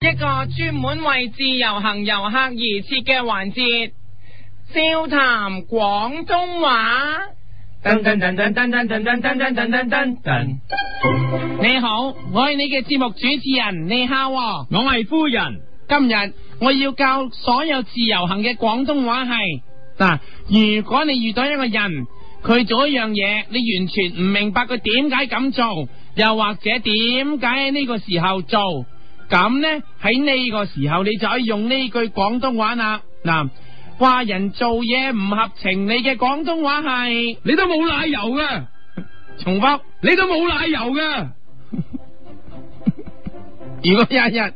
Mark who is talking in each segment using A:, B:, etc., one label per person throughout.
A: 一個專門為自由行遊客而設嘅環節，笑談廣東話。
B: 噔噔噔噔噔噔噔噔噔噔噔噔噔，
A: 你好，我係你嘅節目主持人，你好啊喎、
B: 我係夫人。
A: 今日我要教所有自由行嘅廣東話係嗱，如果你遇到一個人，佢做一樣嘢，你完全唔明白佢點解咁做，又或者點解喺呢個時候做，咁呢，喺呢個時候你就可以用呢句廣東話啦。嗱，話人做嘢唔合情理嘅廣東話係，
B: 你都冇奶油噶，
A: 重複。
B: 你都冇奶油噶，
A: 如果有一日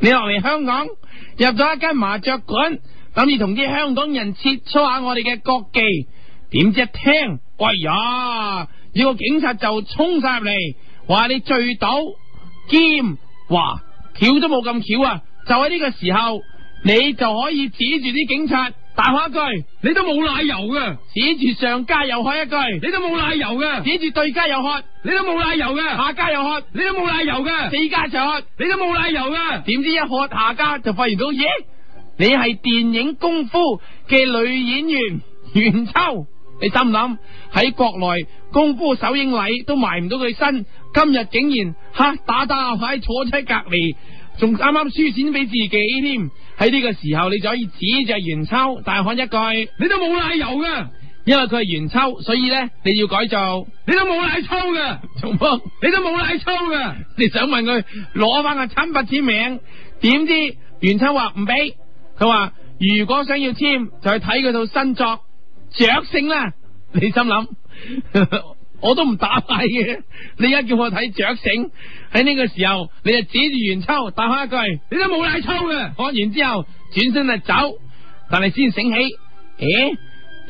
A: 你落嚟香港，入咗一間麻雀館，諗住同啲香港人切磋下我哋嘅國技，點知一聽，哎呀，有個警察就衝晒入嚟，話你醉賭兼，哇，巧都冇咁巧啊！就喺呢個時候，你就可以指住啲警察大喊一句，
B: 你都冇奶油噶，
A: 指住上家又喝一句，
B: 你都冇奶油噶，
A: 指住對家又喝，
B: 你都冇奶油噶，
A: 下家又喝，
B: 你都冇奶油 噶，
A: 四家就喝。
B: 你都冇奶油噶，
A: 點知一喝下家就發現到，咦，你係電影功夫嘅女演員 袁秋。你心諗喺國內功夫首映禮都埋唔到佢身，今日竟然吓打打下牌坐咗喺隔籬，仲啱啱輸錢俾自己添。喺呢個時候，你就可以指住袁秋大喊一句，
B: 你都冇奶油噶，
A: 因為佢係袁秋，所以呢，你要改造。
B: 你都冇奶抽噶，
A: 重複。
B: 你都冇奶抽噶，
A: 你想問佢攞翻個親筆簽名，點知袁秋話唔俾，佢話如果想要簽就去睇佢套新作着性啦。你心諗 我都唔打牌嘅，你而家叫我睇着性，喺呢個時候你就指住袁秋打開一句，
B: 你都冇奶抽噶，
A: 講完之後轉身就走，但係先醒起，咦、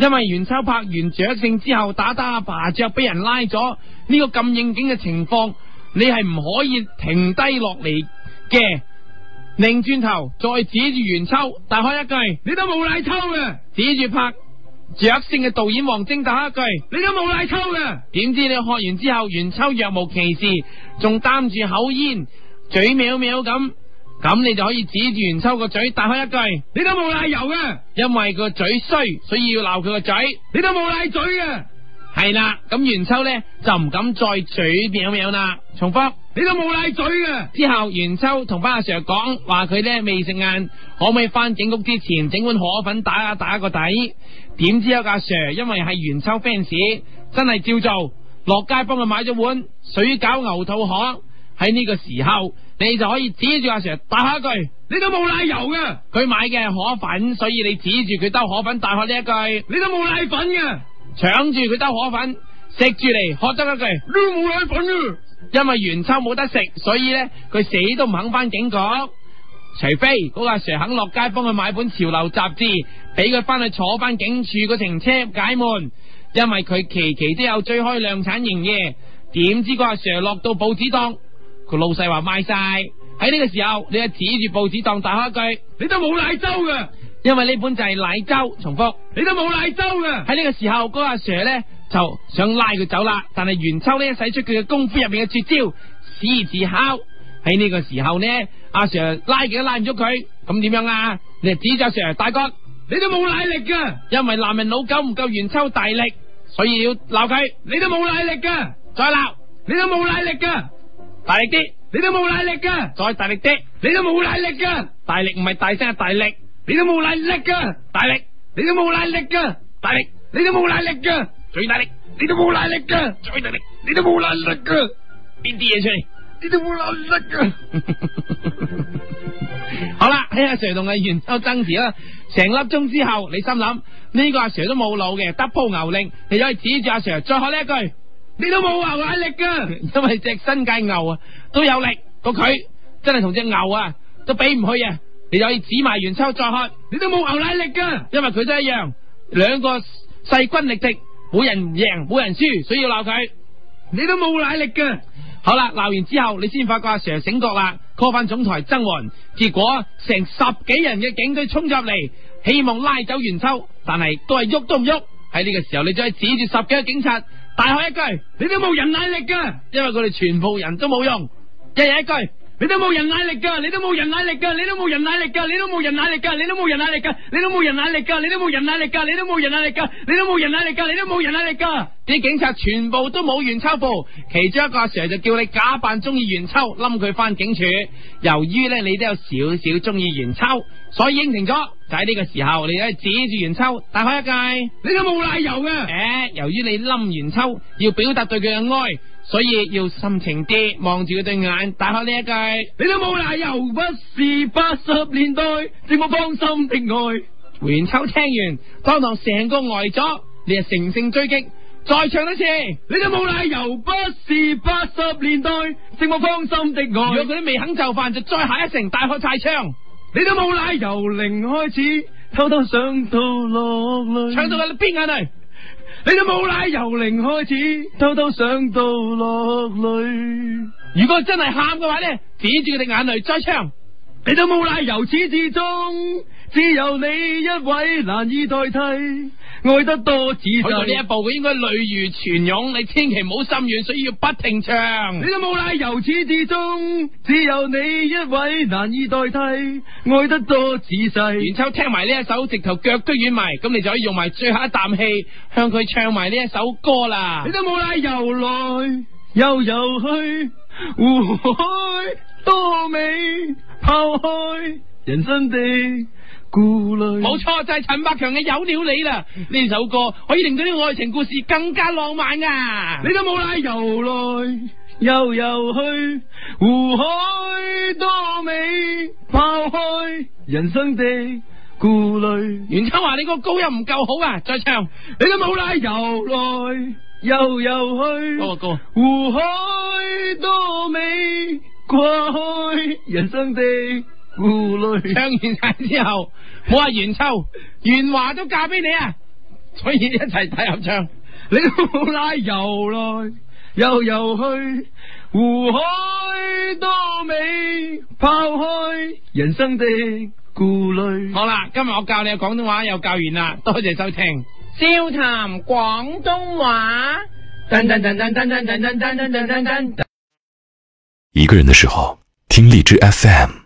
A: 因為袁秋拍完雀勝之後打打下麻雀俾人拉咗，呢、個咁應景嘅情況，你係唔可以停低落嚟嘅。擰轉頭再指住袁秋，大開一句，
B: 你都冇奶抽噶，
A: 指住拍雀勝嘅導演王晶打開一句。
B: 你都冇奶抽噶，
A: 點知你學完之後，袁秋若無其事，仲擔住口煙，嘴藐藐咁，咁你就可以指住袁秋個嘴大開一句，
B: 你都冇奶油噶，
A: 因為佢個嘴衰，所以要鬧佢個嘴。
B: 你都冇奶嘴噶，
A: 係啦，咁袁秋呢就唔敢再嘴藐藐啦。重複
B: 你都冇奶嘴噶，
A: 之後，袁秋同班阿 Sir 講話佢呢未食晏，可唔可以翻警局之前整碗河粉打一打個底？點知有個阿 Sir 因為係袁秋 fans，真係照做，落街幫佢買咗碗水餃牛肚河。喺呢個時候，你就可以指住阿 Sir 打下一句，
B: 你都冇奶油噶，
A: 佢買嘅係河粉，所以你指住佢兜河粉大喝呢一句，
B: 你都冇奶粉噶，
A: 搶住佢兜河粉，食住嚟喝得一句。
B: 你都冇奶粉噶，
A: 因為元秋冇得食，所以呢，佢死都唔肯翻警局。除非嗰個阿 Sir 肯落街幫佢買本潮流雜誌，俾佢翻去坐翻警署嗰程車解悶。因為佢期期都有追開量產營業，點知個阿 Sir 落到報紙檔，佢老細話賣晒。喺呢個時候，你就指住報紙檔打開一句，
B: 你都冇奶粥噶，
A: 因為呢本就係奶粥。重複。
B: 你都冇奶粥噶，
A: 喺呢個時候，嗰、個阿 Sir 呢就想拉佢走啦，但係元秋呢使出佢嘅功夫入面嘅絕招獅子哮。喺呢個時候呢，阿 Sir 拉極都拉唔喐佢，咁點樣啊？你就指責 Sir 大哥，
B: 你都冇奶力噶，
A: 因為男人老狗唔夠元秋大力，所以要鬧佢，
B: 你都冇奶力噶，
A: 再鬧，
B: 你都冇奶力噶，
A: 大力啲，
B: 你都冇奶力噶，
A: 再大力啲，
B: 你都冇奶力噶，
A: 大力唔係大聲係啊大力，
B: 你都冇奶力噶，
A: 大力，
B: 你都冇奶力噶，
A: 大力，
B: 你都冇奶力噶，
A: 最大力，
B: 你都冇奶力噶，
A: 最大力，
B: 你都冇奶力噶，
A: 邊啲嘢出嚟？
B: 你都冇奶力噶。
A: 好啦，喺阿 Sir 同阿哦袁秋爭持啦，啊成粒鐘之後，你心諗呢、個阿 Sir 都冇腦嘅，得鋪牛令，你就可以指住阿 Sir 再學呢一句，
B: 你都冇牛奶力噶，
A: 因為隻新界牛啊都有力，個佢真係同隻牛啊都比唔去啊，你就可以指埋袁秋再喝，
B: 你都冇牛奶力噶，
A: 因為佢都一樣，兩個勢均力敵，每人贏每人輸，所以要鬧佢。
B: 你都冇奶力噶，
A: 好啦，鬧完之後，你先發覺阿 Sir 醒覺啦，call 翻總台增援，結果成十幾人嘅警隊衝入嚟，希望拉走袁秋，但係都係喐都唔喐。喺呢個時候，你再指住十幾個警察大喝一句，
B: 你都冇人奶力噶，
A: 因為佢哋全部人都冇用，一人一句，
B: 你都冇人奶力噶，你都冇人奶力噶，你都冇人奶力噶，你都冇人奶力噶，你都冇人奶力噶，你都冇人奶力噶，你都冇人奶力噶，你都冇人奶力噶，你都冇人奶力噶，你都冇人奶力噶。
A: 啲警察全部都冇元秋布，其中一個阿 Sir 就叫你假扮中意元秋，冧佢翻警署。由於咧你都有少少中意元秋，所以應承咗。就喺呢個時候，你咧指住元秋大開一計。
B: 你都冇奶油
A: 誒、
B: 噶，
A: 由於你冧元秋，要表達對佢嘅愛，所以要深情啲望住佢對眼，大開呢一句。
B: 你都冇奶油，不是八十年代寂寞芳心的愛。
A: 元秋聽完，當堂成個呆咗，你係乘勝追擊，再唱一次。
B: 你都冇奶油，不是八十年代寂寞芳心的
A: 如果
B: 愛。
A: 佢都未肯就範，就再下一城，大開晒槍。
B: 你都冇奶由零開始，偷偷想到落淚。
A: 唱到佢邊眼淚，
B: 你都冇奶由零開始，偷偷想到落淚。
A: 如果真係喊嘅話呢，指住佢哋眼淚再唱。
B: 你都冇奶由始至終，只有你一位難以代替，愛得多自
A: 去到呢一
B: 制。
A: 步，佢應該淚如泉湧，你千祈唔好心軟，所以要不停唱
B: 你。都冇奶由始至終，只有你一位難以代替，愛得多仔
A: 然
B: 細。
A: 之後聽埋呢一首，直頭腳都軟埋，咁你就可以用埋最後一啖氣向佢唱埋呢一首歌啦
B: 你。都冇奶由來又游去，湖海多美，拋開人生的顧慮。
A: 冇錯，就係陳百強嘅有料你啦。呢首歌可以令到啲愛情故事更加浪漫啊！
B: 你都冇奶游來又游去，湖海多美，拋開人生的顧慮。
A: 元秋話你個高音唔夠好啊，再唱
B: 你都冇奶游來又游去，
A: 嗰個高。
B: 湖海多美，掛開人生的顧慮。
A: 唱完晒之後，我話元秋，元華都嫁俾你啊！所以一齊大合唱。
B: 你都冇拉游來又游去，湖海多美，拋開人生的顧慮。
A: 好啦，今日我教你嘅廣東話又教完啦，多謝收聽。笑談廣東話。
B: 噔噔噔噔噔噔噔噔噔噔噔噔。
C: 一个人的时候，听荔枝 FM。